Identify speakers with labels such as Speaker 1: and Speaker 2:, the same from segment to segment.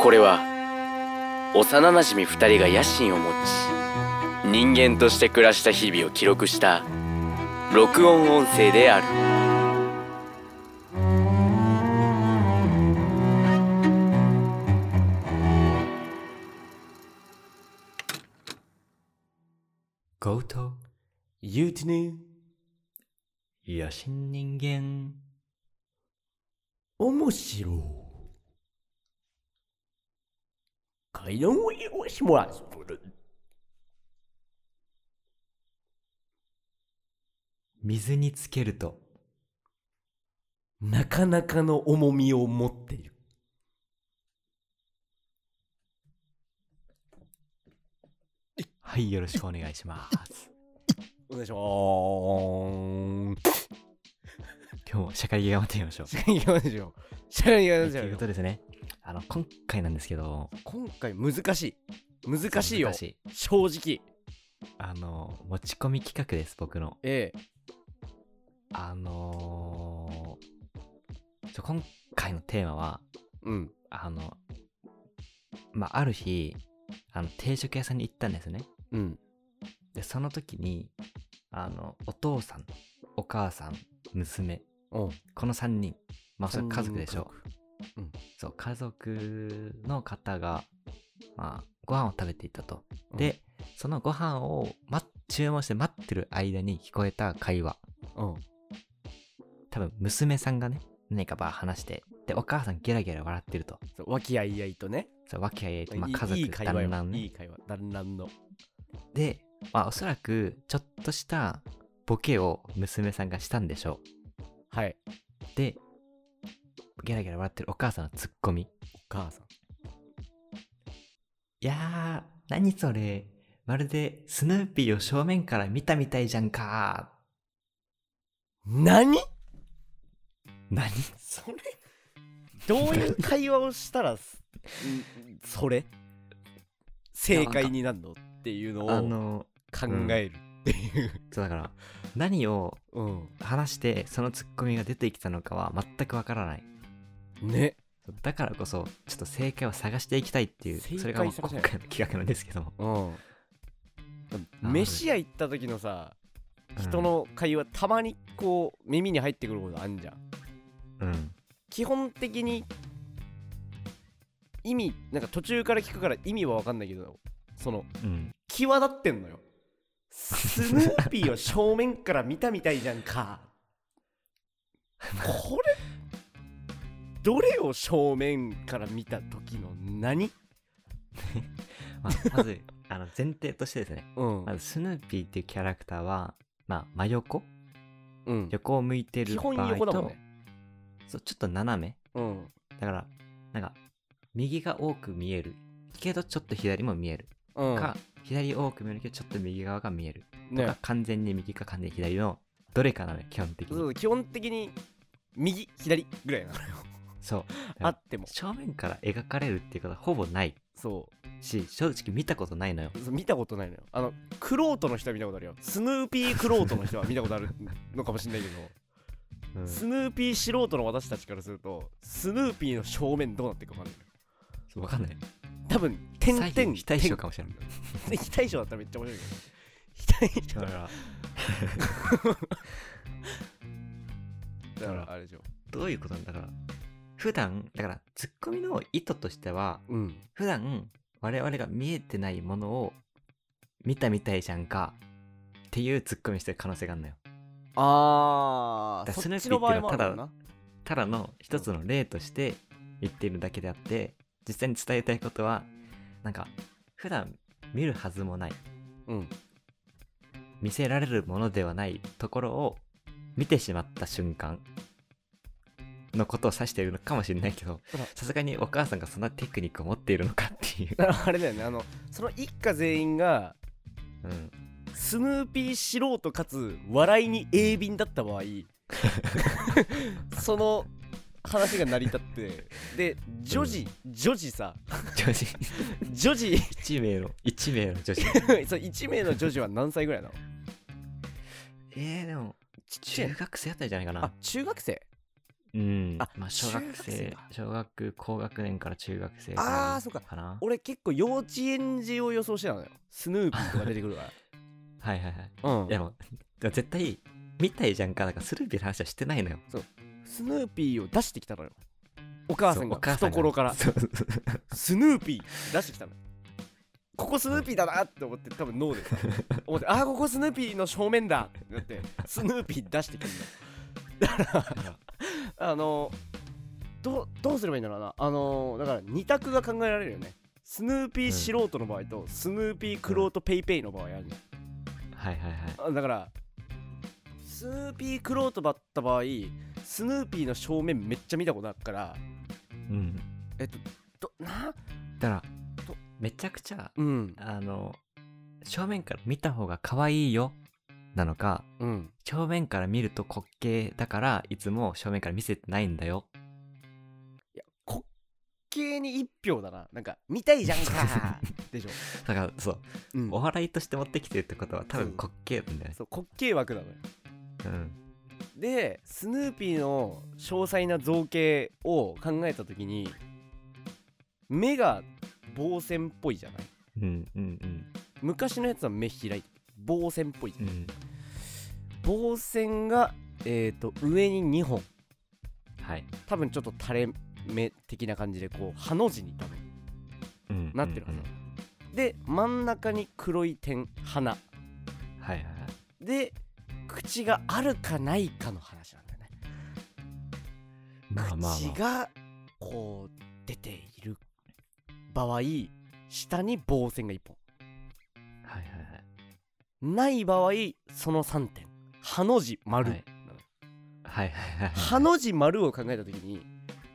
Speaker 1: これは幼なじみ2人が野心を持ち人間として暮らした日々を記録した録音音声である
Speaker 2: 強盗、ユーティヌ、野心人間、
Speaker 3: 面白い。解論をします。
Speaker 2: 水につけると、
Speaker 3: なかなかの重みを持っている。
Speaker 2: はい、よろしくお願いし ます。
Speaker 3: お願いしま
Speaker 2: 今日も社会芸頑張ってみましょう。
Speaker 3: ーす。いきましょう。しゃあいき
Speaker 2: と
Speaker 3: ましょ
Speaker 2: いう
Speaker 3: う
Speaker 2: ことですね。あの、今回なんですけど、
Speaker 3: 今回難しい。難しいよ。
Speaker 2: 難し
Speaker 3: 正直。
Speaker 2: あの、持ち込み企画です、僕の。
Speaker 3: ええ。
Speaker 2: あのーちょ今回のテーマは、
Speaker 3: うん。
Speaker 2: あの、まあ、ある日、あの定食屋さんに行ったんですね。
Speaker 3: うん。
Speaker 2: で、その時に、あの、お父さん、お母さん、娘、
Speaker 3: うん。
Speaker 2: この3人、まあ、それ家族でしょう。
Speaker 3: 三人の家族うん
Speaker 2: そう、家族の方が、まあ、ご飯を食べていたと。
Speaker 3: うん
Speaker 2: で、そのご飯を、ま、注文して待ってる間に聞こえた会話。
Speaker 3: うん。
Speaker 2: 多分、娘さんがね、何かば話して、で、お母さんゲラゲラ笑ってると。
Speaker 3: そう和気あいあいとね。
Speaker 2: そう、わけあいあいと、まあ、
Speaker 3: いい
Speaker 2: 家
Speaker 3: い
Speaker 2: 族、
Speaker 3: い会話よ
Speaker 2: 旦那のね
Speaker 3: いい会話。団らんの。
Speaker 2: で、まあ、おそらく、ちょっとしたボケを娘さんがしたんでしょ
Speaker 3: はい。
Speaker 2: う。で、ゲラゲラ笑ってるお母さんのツッコミ。
Speaker 3: お母さん。
Speaker 2: いやー、何それ。まるでスヌーピーを正面から見たみたいじゃんか
Speaker 3: 何
Speaker 2: 何
Speaker 3: それどういう会話をしたらすんそれ正解になるのっていうのを
Speaker 2: あの、
Speaker 3: 考えるっていう、
Speaker 2: そうだから、何を
Speaker 3: うん
Speaker 2: 話してそのツッコミが出てきたのかは全くわからない。
Speaker 3: ね
Speaker 2: そうだからこそ、ちょっと正解を探していきたいっていう、
Speaker 3: 正解
Speaker 2: それがまあ
Speaker 3: 探せ
Speaker 2: 今
Speaker 3: ない
Speaker 2: 回の企画なんですけども。
Speaker 3: うん
Speaker 2: ど
Speaker 3: 飯屋行った時のさ人の会話たまにこう耳に入ってくることあんじゃん
Speaker 2: うん。
Speaker 3: 基本的に意味なんか途中から聞くから意味は分かんないけどその
Speaker 2: うん。
Speaker 3: 際立ってんのよスヌーピーを正面から見たみたいじゃんかこれどれを正面から見た時の何
Speaker 2: まあ、まず、あの前提としてですね、
Speaker 3: うん
Speaker 2: まずスヌーピーっていうキャラクターは、まあ、真横
Speaker 3: うん
Speaker 2: 横を向いてる
Speaker 3: 基
Speaker 2: 場合と
Speaker 3: 本横だもんね
Speaker 2: そうちょっと斜め
Speaker 3: うん
Speaker 2: だからなんか右が多く見えるけどちょっと左も見える、
Speaker 3: うん
Speaker 2: か左多く見えるけどちょっと右側が見える、
Speaker 3: ね
Speaker 2: か完全に右か完全に左のどれかなのよ基本的に
Speaker 3: そう基本的に右左ぐらいなのよ
Speaker 2: そう
Speaker 3: あっても
Speaker 2: 正面から描かれるっていうことはほぼない
Speaker 3: そ
Speaker 2: し正直見たことないのよ
Speaker 3: うそう見たことないのよあのクロートの人は見たことあるよスヌーピークロートの人は見たことあるのかもしれないけど
Speaker 2: うん
Speaker 3: スヌーピー素人の私たちからするとスヌーピーの正面どうなってるか分かんない
Speaker 2: そうわかんない
Speaker 3: 多分点々
Speaker 2: 左右非対称
Speaker 3: 点
Speaker 2: かもしれない
Speaker 3: で非対称だったらめっちゃ面白いけど非対称
Speaker 2: だから
Speaker 3: だからあれでしょ
Speaker 2: どういうことなんだから普段だからツッコミの意図としては
Speaker 3: うん
Speaker 2: 普段我々が見えてないものを見たみたいじゃんかっていうツッコミしてる可能性があるのよ
Speaker 3: あ
Speaker 2: だか
Speaker 3: そ
Speaker 2: らスヌ
Speaker 3: っ
Speaker 2: ー
Speaker 3: ち
Speaker 2: ピ
Speaker 3: の
Speaker 2: ーって
Speaker 3: 場
Speaker 2: い
Speaker 3: 合
Speaker 2: う
Speaker 3: も
Speaker 2: のは
Speaker 3: あ
Speaker 2: ただ
Speaker 3: るもんな
Speaker 2: ただの一つの例として言っているだけであって実際に伝えたいことはなんか普段見るはずもない
Speaker 3: うん
Speaker 2: 見せられるものではないところを見てしまった瞬間のことを指しているのかもしれないけど
Speaker 3: ほら
Speaker 2: さすがにお母さんがそんなテクニックを持っているのかっていう、
Speaker 3: だ からあれだよねあのその一家全員が
Speaker 2: うん、
Speaker 3: スヌーピー素人かつ笑いに鋭敏だった場合 その話が成り立ってで女児、女児さ
Speaker 2: 女子
Speaker 3: 女児
Speaker 2: 1名の1名の女子
Speaker 3: そう1名の女児は何歳ぐらいなの
Speaker 2: えー、でも
Speaker 3: ちっちゃい
Speaker 2: 中学生あたりじゃないか
Speaker 3: あ
Speaker 2: な
Speaker 3: 中学生
Speaker 2: うん。
Speaker 3: あ
Speaker 2: まあ、小学
Speaker 3: 中学生
Speaker 2: 生
Speaker 3: か、
Speaker 2: 小学、高学年から中学生
Speaker 3: あーそうか
Speaker 2: かな。
Speaker 3: 俺結構幼稚園児を予想してたのよスヌーピーとか出てくるか
Speaker 2: はいはい はい。
Speaker 3: ら、う
Speaker 2: でも、でも絶対、みたいじゃんか、なんかスルーピーの話はしてないのよ。
Speaker 3: スヌーピーを出してきたのよお母さん
Speaker 2: そう
Speaker 3: が
Speaker 2: お母さんが
Speaker 3: 懐から
Speaker 2: そうそうそう
Speaker 3: スヌーピー出してきたのここスヌーピーだなって思って多分脳でさ思ってああここスヌーピーの正面だってなってスヌーピー出してくるのだからあのどうどうすればいいんだろうなあのだから二択が考えられるよねスヌーピー素人の場合と、スヌーピークロートペイペイの場合あるの
Speaker 2: はいはいはい。
Speaker 3: あだからスヌーピークロートだった場合スヌーピーの正面めっちゃ見たことあるから
Speaker 2: うん。
Speaker 3: えっとどな
Speaker 2: だから
Speaker 3: と、
Speaker 2: めちゃくちゃ、
Speaker 3: うん
Speaker 2: あの、正面から見た方が可愛いよ、なのか、
Speaker 3: うん
Speaker 2: 正面から見ると滑稽だから、いつも正面から見せてないんだよ。
Speaker 3: いや滑稽に一票だななんか見たいじゃん かでしょ、
Speaker 2: だから、そう、
Speaker 3: うん
Speaker 2: お笑いとして持ってきてるってことは、多
Speaker 3: う
Speaker 2: 分
Speaker 3: ん
Speaker 2: 滑稽なんだよね。
Speaker 3: そう滑稽枠なのよ
Speaker 2: うん。
Speaker 3: でスヌーピーの詳細な造形を考えた時に目が防線っぽいじゃない
Speaker 2: うんうんうん
Speaker 3: 昔のやつは目開いて防線っぽいじゃ
Speaker 2: う
Speaker 3: ない
Speaker 2: ん。
Speaker 3: 防線がえっ、と上に2本
Speaker 2: はい。
Speaker 3: 多分ちょっと垂れ目的な感じでこうハの字に多分
Speaker 2: うん
Speaker 3: なってるはず
Speaker 2: うんうん
Speaker 3: で真ん中に黒い点鼻
Speaker 2: はいはいはい。
Speaker 3: で口があるかないかの話なんだよね、
Speaker 2: まあまあ
Speaker 3: 口
Speaker 2: まあ。
Speaker 3: がこう出ている場合下に棒線が1本
Speaker 2: はいはいはい。
Speaker 3: ない場合その3点ハの字丸、
Speaker 2: はいはいはいはい。
Speaker 3: ハの字丸を考えた時に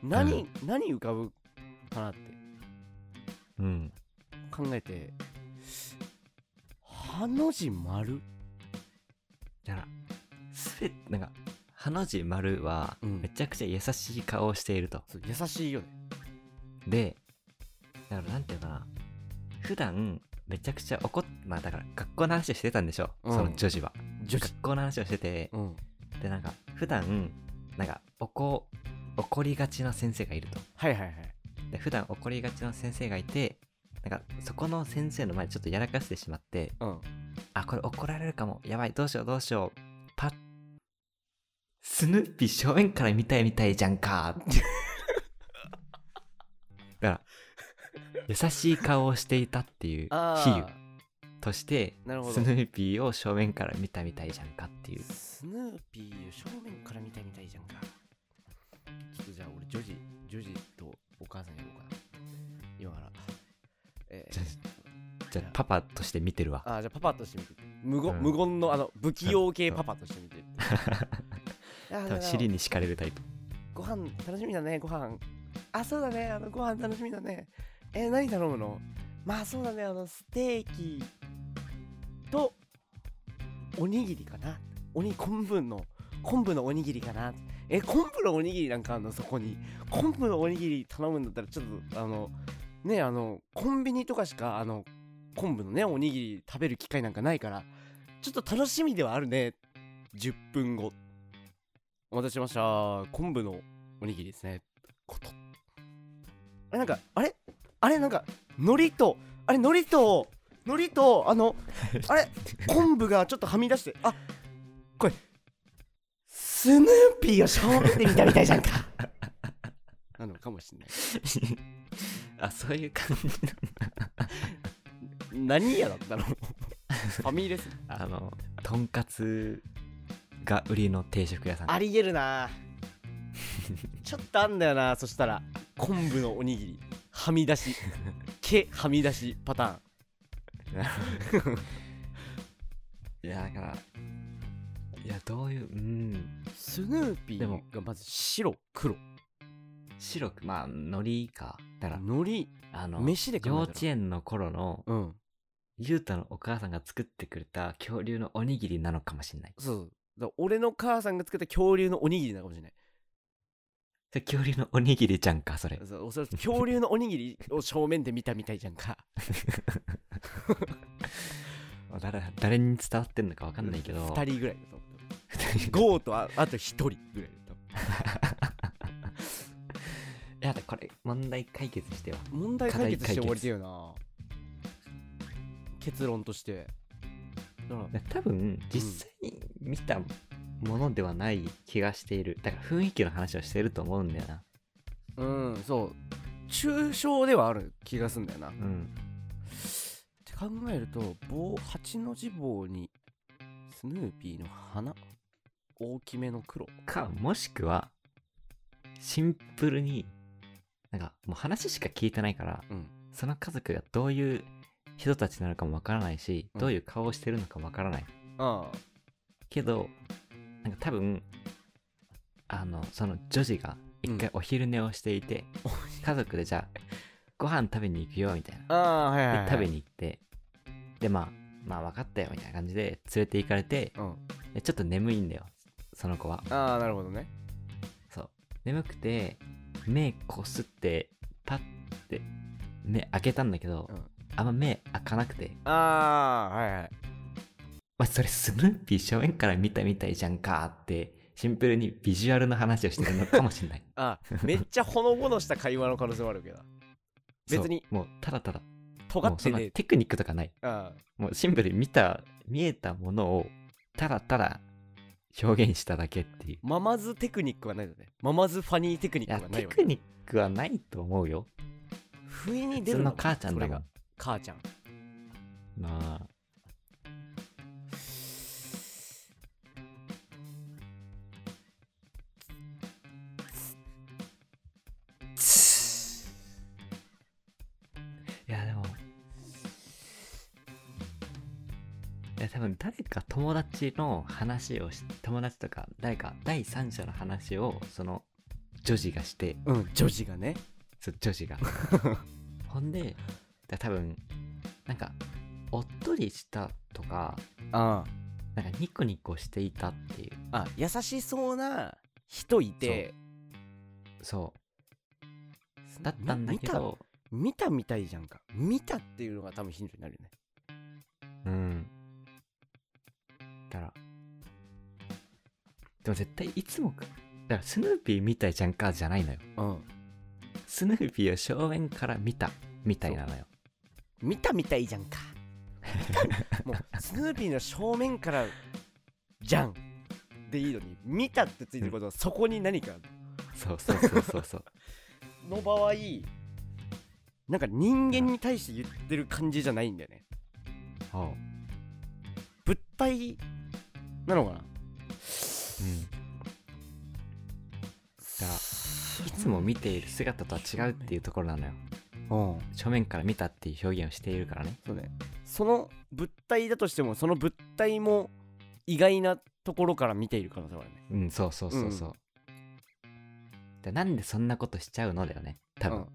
Speaker 3: 何,、何浮かぶかなって
Speaker 2: うん。
Speaker 3: 考えてハの字丸
Speaker 2: だから、すべて、なんか、ハの字丸は、
Speaker 3: うん
Speaker 2: めちゃくちゃ優しい顔をしていると。
Speaker 3: そう優しいよね
Speaker 2: で、だからなんていうのかな。普段、めちゃくちゃ怒っ、まあだから、学校の話をしてたんでしょ、
Speaker 3: うん
Speaker 2: その女子は。
Speaker 3: 女子
Speaker 2: 学校の話をしてて、
Speaker 3: うん
Speaker 2: で、なんか、普段、なんか、怒、怒りがちな先生がいると。
Speaker 3: はいはいはい
Speaker 2: で普段怒りがちの先生がいてなんかそこの先生の前でちょっとやらかしてしまって
Speaker 3: うん
Speaker 2: あこれ怒られるかもやばいどうしようどうしようパッスヌーピー正面から見たいみたいじゃ んかだから優しい顔をしていたっていう比
Speaker 3: あ
Speaker 2: 喩
Speaker 3: あ
Speaker 2: として
Speaker 3: なるほど
Speaker 2: スヌーピーを正面から見たみたいじゃんかっ ていう
Speaker 3: スヌーピーを正面から見たいみたいじゃんか。ちょっとじゃあ俺、ジョージ、ジョージとお母さん呼ぼうかな。今から。えー
Speaker 2: じゃじゃあパパとして見てるわ
Speaker 3: あーじゃあパパとして見て無言,、
Speaker 2: うん
Speaker 3: 無言のあの不器用系パパとして見 てあー
Speaker 2: 多
Speaker 3: だから
Speaker 2: 分尻に敷かれるタ イプ
Speaker 3: ご飯楽しみだねご飯あそうだねあのご飯楽しみだねえー何頼むのまあそうだねあのステーキとおにぎりかなおに昆布の昆布のおにぎりかなえー昆布のおにぎりなんかあんのそこに昆布のおにぎり頼むんだったらちょっとあのねあのコンビニとかしかあの昆布のねおにぎり食べる機会なんかないからちょっと楽しみではあるね10分後お待たせしました昆布のおにぎりですねことあれなんかあれあれなんか海苔とあれ海苔と海苔とあ のあれ昆布がちょっとはみ出してあこれスヌーピーを正面で見たみたいじゃんか なのかもしれない
Speaker 2: あそういう感じなんだ
Speaker 3: 何やだったのファミレス
Speaker 2: あの、とんかつが売りの定食屋さん。
Speaker 3: ありえるなちょっとあんだよなそしたら昆布のおにぎりはみ出し毛はみ出しパターン
Speaker 2: いや、だから、いや、どういう、うん、
Speaker 3: スヌーピ
Speaker 2: でも
Speaker 3: ーがまず白黒
Speaker 2: 白く、まあ、海苔か。だから、
Speaker 3: 海苔
Speaker 2: あの、
Speaker 3: 飯で考えたら
Speaker 2: 幼稚園の頃の、
Speaker 3: うん
Speaker 2: ゆうたのお母さんが作ってくれた恐竜のおにぎりなのかもしれない。
Speaker 3: そうそうだから俺の母さんが作った恐竜のおにぎりなのかもしれない
Speaker 2: それ恐竜のおにぎりじゃんか、それ。
Speaker 3: そうおそらく恐竜のおにぎりを正面で見たみたいじゃんか
Speaker 2: 誰誰に伝わってんのかわかんないけど、
Speaker 3: 2人ぐらいだと思う
Speaker 2: 人
Speaker 3: ゴーとああと1人ぐらいだと思う
Speaker 2: いやだこれ問題解決しては
Speaker 3: 問題解決して
Speaker 2: 課題解決
Speaker 3: 終わりだよな結論としてだから
Speaker 2: 多分実際に見たものではない気がしているだから雰囲気の話をしてると思うんだよな
Speaker 3: うんそう抽象ではある気がすんだよなっ
Speaker 2: うん
Speaker 3: て考えると棒八の字棒にスヌーピーの花大きめの黒
Speaker 2: かもしくはシンプルになんかもう話しか聞いてないから
Speaker 3: うん
Speaker 2: その家族がどういう人たちなのかもわからないし、
Speaker 3: うん
Speaker 2: どういう顔をしてるのかもわからない
Speaker 3: あ
Speaker 2: けどなんか多分あのその女児が一回お昼寝をしていて、家族でじゃあご飯食べに行くよみたい
Speaker 3: あ
Speaker 2: な
Speaker 3: ああはいはい、はい、
Speaker 2: で食べに行ってでまあまあ分かったよみたいな感じで連れて行かれて
Speaker 3: うん
Speaker 2: でちょっと眠いんだよその子は
Speaker 3: ああなるほどね
Speaker 2: そう眠くて目こすってパッて目開けたんだけど、
Speaker 3: うん
Speaker 2: あんま目開かなくて
Speaker 3: ああはいはい
Speaker 2: 「まそれスヌーピー正面から見たみたいじゃんか」ってシンプルにビジュアルの話をしてるのかもしれない
Speaker 3: あめっちゃほのぼのした会話の可能性もあるわけだ 別に
Speaker 2: そうもうただただ
Speaker 3: 尖
Speaker 2: も
Speaker 3: っ
Speaker 2: うそ
Speaker 3: て
Speaker 2: んな
Speaker 3: ねえ
Speaker 2: テクニックとかない
Speaker 3: あ
Speaker 2: もうシンプルに見た見えたものをただただ表現しただけっていう
Speaker 3: ママズテクニックはないのねママズファニーテクニ
Speaker 2: い
Speaker 3: ッ
Speaker 2: や
Speaker 3: クはない
Speaker 2: テ
Speaker 3: わ
Speaker 2: ク
Speaker 3: け
Speaker 2: ニックはないと思うよ
Speaker 3: 不意に
Speaker 2: 普
Speaker 3: 出
Speaker 2: 通
Speaker 3: る
Speaker 2: の母ちゃん
Speaker 3: そ
Speaker 2: だ
Speaker 3: れ
Speaker 2: も
Speaker 3: が
Speaker 2: ん
Speaker 3: 母ちゃん
Speaker 2: まあいやでもいや多分誰か友達の話をし友達とか誰か第三者の話をその女児がして
Speaker 3: うん女子がね
Speaker 2: そう女子がほんでだ多分なんかおっとりしたとか
Speaker 3: あ
Speaker 2: なんかニコニコしていたっていう
Speaker 3: ああ優しそうな人いて
Speaker 2: そうだったんだけど
Speaker 3: 見た見たみたいじゃんか見たっていうのが多分ヒントになるよね
Speaker 2: うんだからでも絶対いつもかだからスヌーピーみたいじゃんかじゃないのよ
Speaker 3: うん
Speaker 2: スヌーピーを正面から見たみたいなのよ
Speaker 3: 見たみたいじゃんか見たも うスヌーピーの正面からじゃんでいいのに見たってついてることはそこに何か
Speaker 2: そうそうそうそう そう
Speaker 3: の場合なんか人間に対して言ってる感じじゃないんだよね
Speaker 2: おう
Speaker 3: 物体なのかな
Speaker 2: うんだからいつも見ている姿とは違うっていうところなのよ
Speaker 3: うん
Speaker 2: 正面から見たっていう表現をしているからね
Speaker 3: そうねその物体だとしてもその物体も意外なところから見ている可能性もあるね
Speaker 2: うんそうそうそうそう、でなんでそんなことしちゃうのだよね多分、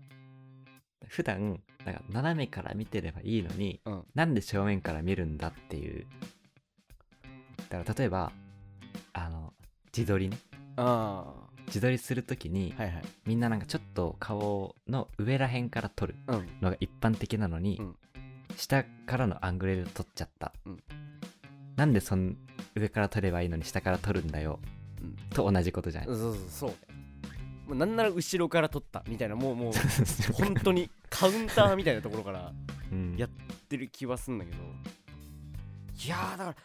Speaker 2: 普段なんか斜めから見てればいいのに、
Speaker 3: うん
Speaker 2: なんで正面から見るんだっていうだから例えばあの自撮りね
Speaker 3: あ
Speaker 2: 自撮りするときに、
Speaker 3: あはいはい
Speaker 2: みんななんかちょっと顔の上らへんから撮る
Speaker 3: うん
Speaker 2: のが一般的なのに、
Speaker 3: うん
Speaker 2: 下からのアングルで撮っちゃった、
Speaker 3: うん
Speaker 2: なんでそん上から撮ればいいのに下から撮るんだよ、
Speaker 3: うん
Speaker 2: と同じことじゃない、
Speaker 3: そうそうそうねもうなんなら後ろから撮ったみたいなもうもう 本
Speaker 2: ん、
Speaker 3: 当にカウンターみたいなところから
Speaker 2: うん、
Speaker 3: やってる気はすんだけどいやーだから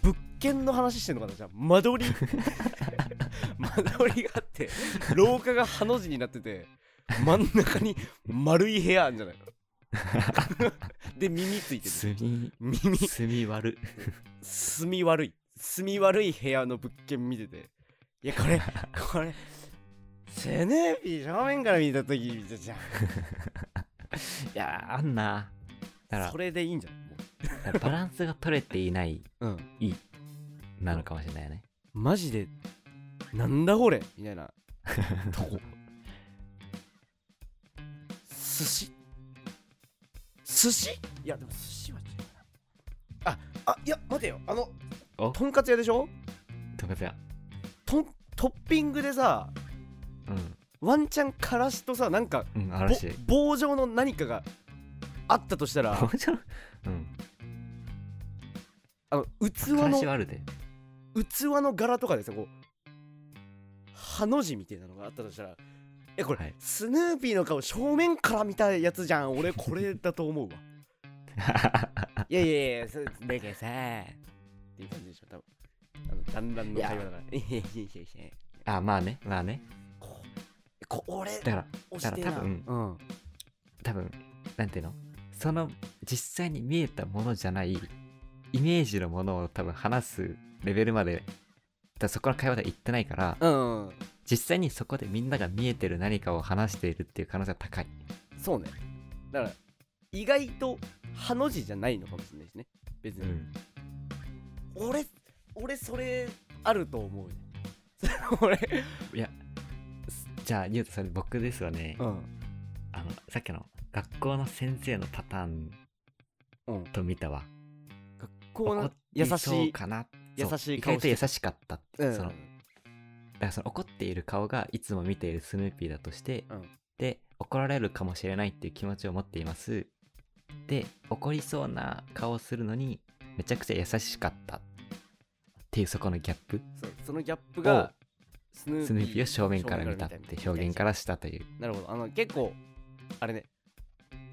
Speaker 3: 物件の話してんのかなじゃあ間取り間取りがあって廊下がハの字になってて真ん中に丸い部屋あるんじゃないので耳ついてる
Speaker 2: 墨
Speaker 3: 耳
Speaker 2: 墨 割る
Speaker 3: 住み悪い住み悪い部屋の物件見てていやこ れこれセネーピー正面から見た時見たじゃん
Speaker 2: いやーあんなだから
Speaker 3: それでいいんじゃないも、
Speaker 2: だからバランスが取れていないう
Speaker 3: うん、
Speaker 2: なのかもしれないよね
Speaker 3: マジでなんだこれみたいなとこ寿司寿司いやでも寿司は違うなああいや待てよあの
Speaker 2: お
Speaker 3: とんかつ屋でしょ
Speaker 2: とかさ
Speaker 3: とんトッピングでさ
Speaker 2: う
Speaker 3: ワンチャンからしとさなんか
Speaker 2: んうん
Speaker 3: ぼ
Speaker 2: 嵐
Speaker 3: 棒状の何かがあったと したら
Speaker 2: もちろんうん
Speaker 3: あの器の
Speaker 2: 嵐はあるで
Speaker 3: 器の柄とかですねこうハの字みたいなのがあったとしたらえこれ、
Speaker 2: はい
Speaker 3: スヌーピーの顔正面から見たやつじゃん俺これだと思 うわいやいやいやそだけどさっていう感じでしょ多分あのだんだんの
Speaker 2: いや
Speaker 3: 会話だからいやいやいやいや
Speaker 2: あまあねまあね
Speaker 3: ここ俺
Speaker 2: だから
Speaker 3: 押してえな
Speaker 2: だから多分
Speaker 3: うん
Speaker 2: 多分なんていうのその実際に見えたものじゃないイメージのものを多分話すレベルまでだからそこの会話では行ってないから
Speaker 3: うん、うん、
Speaker 2: 実際にそこでみんなが見えてる何かを話しているっていう可能性が高い
Speaker 3: そうねだから意外とハの字じゃないのかもしれないですね別に、俺俺それあると思うね 俺
Speaker 2: いやすじゃあゆうとそれ僕ですよね、
Speaker 3: ん
Speaker 2: あのさっきの学校の先生のパターン
Speaker 3: うん
Speaker 2: と見たわ
Speaker 3: こう
Speaker 2: 怒
Speaker 3: な
Speaker 2: って
Speaker 3: 優し
Speaker 2: そう
Speaker 3: い
Speaker 2: かな
Speaker 3: 優
Speaker 2: そう
Speaker 3: しい
Speaker 2: 意
Speaker 3: 顔
Speaker 2: 外
Speaker 3: し
Speaker 2: と
Speaker 3: て
Speaker 2: 優しかったって、
Speaker 3: うん
Speaker 2: そのだからその怒っている顔がいつも見ているスヌーピーだとして、
Speaker 3: うん
Speaker 2: で怒られるかもしれないっていう気持ちを持っていますで怒りそうな顔をするのにめちゃくちゃ優しかったっていうそこのギャップ
Speaker 3: そうそのギャップがスヌ
Speaker 2: スヌーピーを正面から見たって表現かららしたという
Speaker 3: なるほどあの結構あれね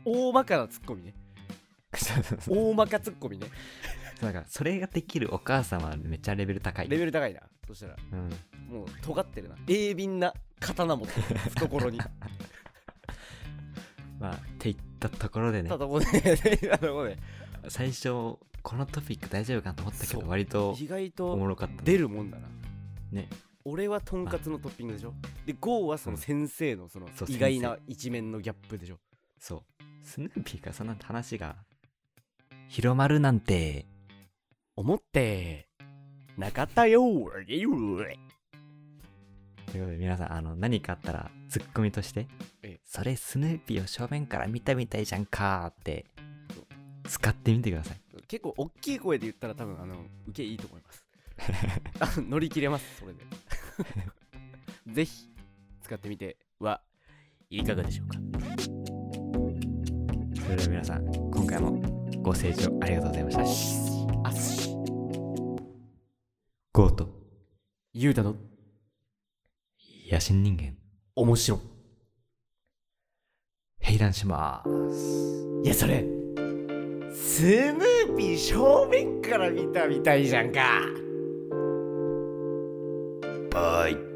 Speaker 3: 大まかなツッコミね
Speaker 2: そうそうそう
Speaker 3: 大まかツッコミね
Speaker 2: だから それができるお母様はめっちゃレベル高い
Speaker 3: レベル高いなそしたら
Speaker 2: うん
Speaker 3: もう尖ってるな鋭敏な刀持って る懐に
Speaker 2: まあっていったところで ね
Speaker 3: ただもうね ただもうね
Speaker 2: 最初このトピック大丈夫かなと思ったけ
Speaker 3: そ
Speaker 2: ど
Speaker 3: う
Speaker 2: 割と
Speaker 3: 意外
Speaker 2: おも
Speaker 3: と
Speaker 2: ろかったね
Speaker 3: 出るもんだな
Speaker 2: ね
Speaker 3: 俺はとんかつのトッピングでしょでゴーはその先生のその
Speaker 2: そう
Speaker 3: 意外な一面のギャップでしょ
Speaker 2: そうスヌーピーがそんな話が広まるなんて
Speaker 3: 思ってなかったよいや
Speaker 2: ということで皆さんあの何かあったらツッコミとして
Speaker 3: ええ
Speaker 2: 「それスヌーピーを正面から見たみたいじゃんか」って使ってみてください
Speaker 3: 結構大きい声で言ったら多分あの受けいいと思いますあ乗り切れますそれでぜひ使ってみてはいかがでしょうか
Speaker 2: それでは皆さん今回もご清聴ありがとうございました
Speaker 3: あっし
Speaker 2: ゴート
Speaker 3: ゆうたの
Speaker 2: 野心人間
Speaker 3: 面白
Speaker 2: 閉壇します
Speaker 3: いやそれスヌーピー正面から見たみたいじゃんかバイ